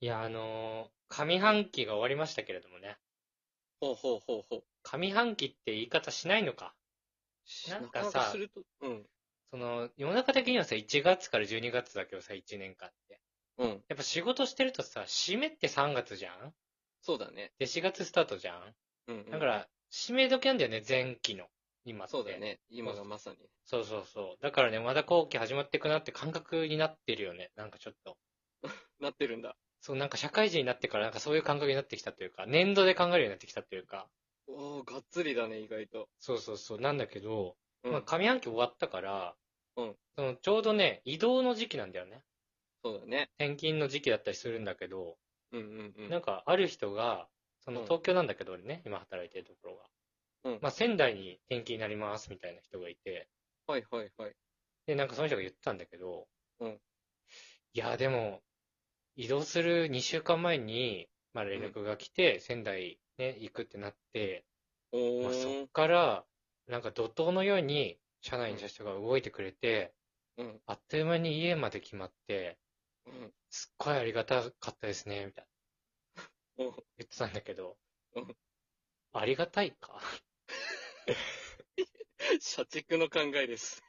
いや、あのー上半期が終わりましたけれどもね。ほうほうほうほう。上半期って言い方しないのか。なんかさなかなかすると、うん、その、世の中的にはさ、1月から12月だけどさ、1年間って。うん、やっぱ仕事してるとさ、締めって3月じゃんそうだね。で、4月スタートじゃんうん、うん。だか、ら、締め時なんだよね、前期の。今って。そうだ。ね。今がまさに。そうそうそう。だからね、まだ後期始まってくなって感覚になってるよね。なんかちょっと。なってるんだ。そう、なんか社会人になってからなんかそういう感覚になってきたというか、年度で考えるようになってきたというか。おー、がっつりだね、意外と。そうそうそう。なんだけど、うん、まあ、上半期終わったから、うんそのちょうどね、移動の時期なんだよね。そうだね。転勤の時期だったりするんだけど、うん、うん、うん。なんかある人が、そのうん東京なんだけど、俺ね、今働いてるところが。うんまあ、仙台に転勤になりますみたいな人がいて、はい、はい、はい。で、なんかその人が言ってたんだけど、うんいや、でも、移動する2週間前に、まあ、連絡が来て、仙台ね、行くってなって、おまあ、そーっ、から、なんか怒涛のように、社内の人が動いてくれて、うん、あっという間に家まで決まって、うん。すっごいありがたかったですね、みたいおな。言ってたんだけどうん、ありがたい か社畜の考えです。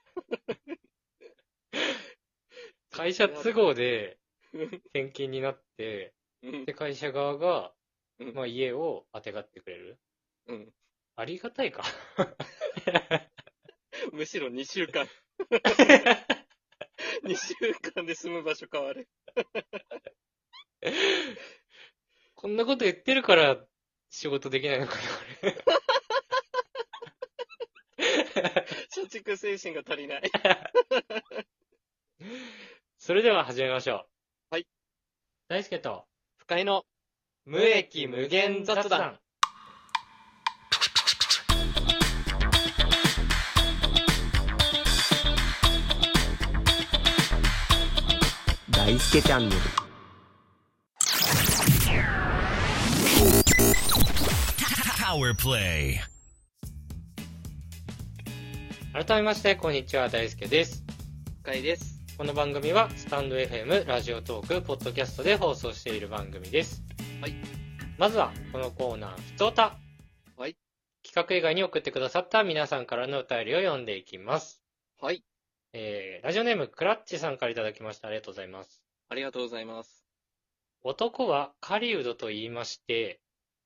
会社都合で転勤になって、うんで、、会社側がうん、まあ家をあてがってくれる。うん。ありがたいか むしろ2 週間。2週間で住む場所変わる。こんなこと言ってるから仕事できないのかな、俺。社畜精神が足りない。それでは始めましょう。はい。大輔と、不快の。無益無限雑談。大輔チャンネル改めまして、こんにちは、大輔です。不快です。この番組はスタンド FM ラジオトークポッドキャストで放送している番組ですはいまずはこのコーナー「ふつおた」はい企画以外に送ってくださった皆さんからのお便りを読んでいきますはい。えー、ラジオネームクラッチさんからいただきましたありがとうございますありがとうございます。男は狩人と言いまして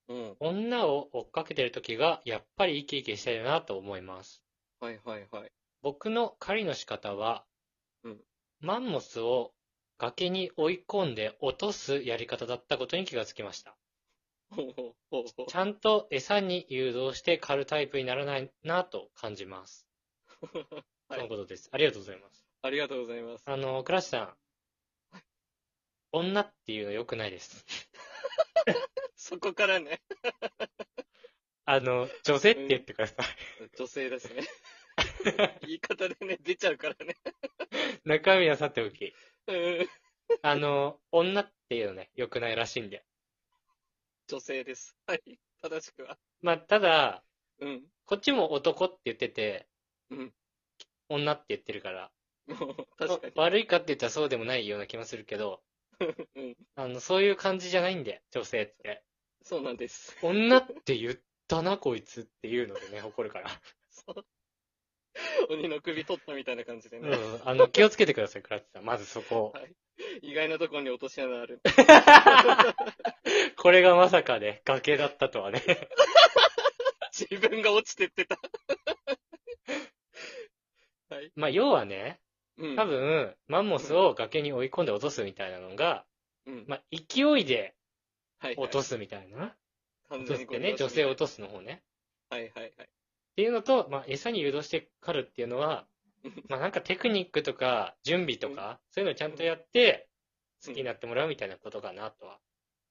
うん。女を追っかけてる時がやっぱり生き生きしてるなと思いますはい、はい、はい。僕の狩りの仕方は、うんマンモスを崖に追い込んで落とすやり方だったことに気がつきました。ほうほうほうほうちゃんと餌に誘導して狩るタイプにならないなと感じます。はいとのことです。ありがとうございます。ありがとうございます。あの、倉橋さん。女っていうの良くないです。 そこからね、あの、女性って言ってくださ 女性です ね。言い方でね、出ちゃうからね。い。中身はさておき。うんあの、女っていうのね、良くないらしいんで。女性です。はい。正しくは。まあ、ただ、うん。こっちも男って言ってて、うん。女って言ってるから、もう、確かに。悪いかって言ったらそうでもないような気もするけど、うん。あの、そういう感じじゃないんで、女性って。そうなんです。女って言ったな、こいつっていうので ね、怒るから。そう鬼の首取ったみたいな感じでうね。ん。あの、気をつけてください、クラッチさん。まずそこを。意外なところに落とし穴ある。これがまさかね、崖だったとはね。 自分が落ちてってた。はい。まあ、要はね、うん。多分、マンモスを崖に追い込んで落とすみたいなのが、うん。まあ、勢いではい、はい。落とすみたいな。完落と全すっにてね、女性を落とすの方ね。はいはいはい。っていうのと、まあ、餌に誘導して狩るっていうの はうん、まあ、なんかテクニックとか、準備とか、そういうのをちゃんとやって、好きになってもらうみたいなことかなとは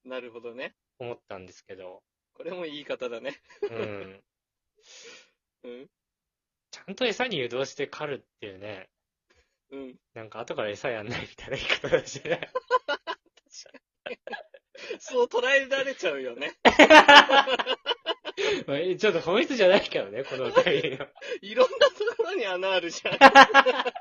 なるほどね。思ったんですけ ど、これもいい方だね。うん。うん。ちゃんと餌に誘導して狩るっていうね、うん。なんか後から餌やんないみたいな言い方だしね。そう捉えられちゃうよね。 まあちょっと本質じゃないけどね、このお便りの。いろんなところに穴あるじゃ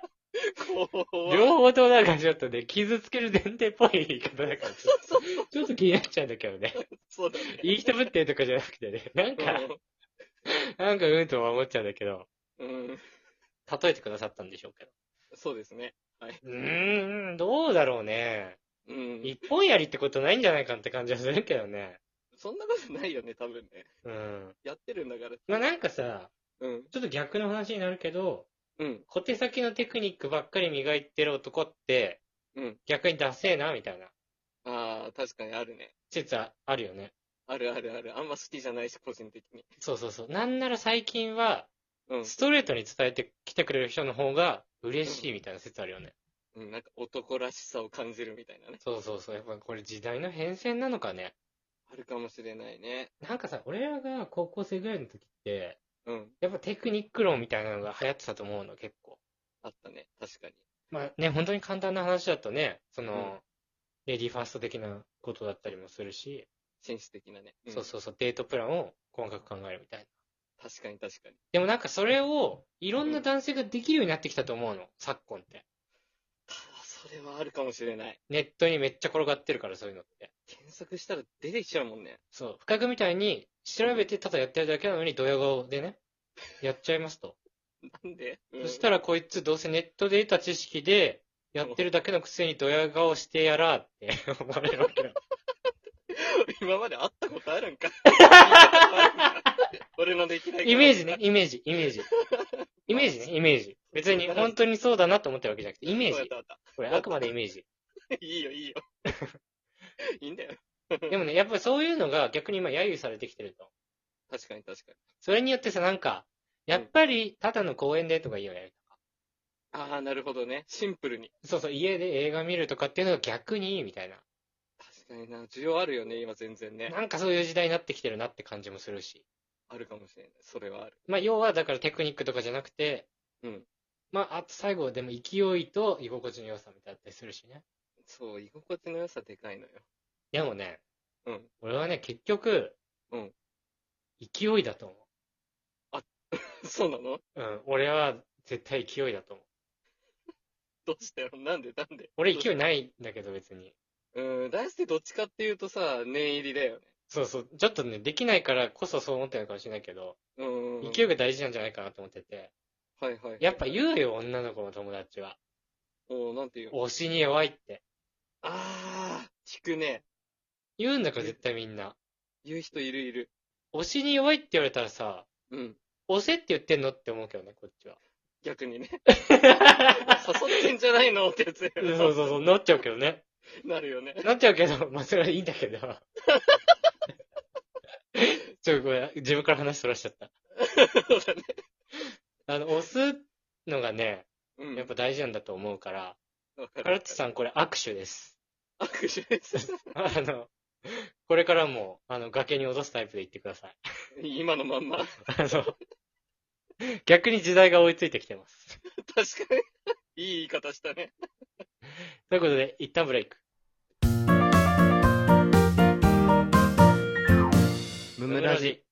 ん。こう。両方ともなんかちょっとね、傷つける前提っぽい言い方だから、ちょっとそうそうと気になっちゃうんだけ どね。そうだね。いい人ぶってとかじゃなくてね。なんか、 なんかうんとは思っちゃうんだけど、うん。うん例えてくださったんでしょうけど。そうですね。うーん、どうだろうね。うん。一本やりってことないんじゃないかって感じはするけどね。そんなことないよね、多分ね。うん。やってるんだから。まあなんかさ、うん。ちょっと逆の話になるけど、うん。小手先のテクニックばっかり磨いてる男って、うん逆にダセえな、みたいなああ、確かにあるね。説はあるよね。あるあるある。あんま好きじゃないし、個人的に。そうそうそう。なんなら最近は、うん。ストレートに伝えてきてくれる人の方が嬉しいみたいな説あるよね。うん、なんか男らしさを感じるみたいなね。そうそうそう。やっぱこれ時代の変遷なのかね。あるかもしれないね。なんかさ、俺らが高校生ぐらいの時って、うん。やっぱテクニック論みたいなのが流行ってたと思うの、結構。あったね。確かに。まあね、本当に簡単な話だとね、その、うんレディーファースト的なことだったりもするし、紳士的なね。んそうそうそう、デートプランを細かく考えるみたいな。確かに確かに。でもなんかそれを、いろんな男性ができるようになってきたと思うの、昨今って。ただ、それはあるかもしれない。ネットにめっちゃ転がってるから、そういうのって。検索したら出てきちゃうもんね。そう、深くみたいに調べてただやってるだけなのに、ドヤ顔でね、やっちゃいますと。なんで、うん、そしたらこいつどうせネットで得た知識で、やってるだけのくせにドヤ顔してやらって 思われるわけよ。 今まで会ったことある んか。聞いたことあるんか俺のできないイメージね、。イメージ、イメージ。イメージね、イメージ。別に本当にそうだなと思ってるわけじゃなくて、イメーそうジ。だったあっこれあくまでイメージ。たいい よ、いいよ。いいんだよ。でもね、やっぱりそういうのが逆に今揶揄されてきてると。確かに確かに。それによってさ、なんか、やっぱり、ただの公園でとか言うよね。ああ、なるほどね。シンプルに。そうそう、家で映画見るとかっていうのが逆にいいみたいな。確かにな。需要あるよね、今全然ね。なんかそういう時代になってきてるなって感じもするし。あるかもしれない。それはある。まあ、要は、だからテクニックとかじゃなくて、うん。まあ、あと最後はでも勢いと居心地の良さみたいだったりするしね。そう、居心地の良さでかいのよ。 でもね、うん。俺はね、結局、うん。勢いだと思そうなのう。うん。俺は絶対勢いだと思う。どうしたよなんでなんで俺勢いないんだけど別に。うん、大してどっちかっていうとさ、念入りだよね。そうそう。ちょっとね、できないからこそそう思ってるのかもしれないけど、うん。勢いが大事なんじゃないかなと思ってて。はいはいはい。やっぱ言うよ、女の子の友達は。おーなんていう推しに弱いって。ああ、聞くね。言うんだから絶対みんな。言う人いるいる。推しに弱いって言われたらさ、うん。推せって言ってんのって思うけどね、こっちは。逆にね。誘ってんじゃないのってやつやそうそうそう、なっちゃうけどね。なるよね。なっちゃうけど、まあ それはいいんだけど。ちょ、ごめん、自分から話そらしちゃった。そうだね。あの、推すのがね、うん。やっぱ大事なんだと思うから、わカかラッる。チさんこれ握手です。握手 です。あの、これからも、あの、崖に落とすタイプで言ってください。今のまんま。あの、逆に時代が追いついてきてます。確かに。いい言い方したね。ということで、一旦ブレイク。ムムラジ。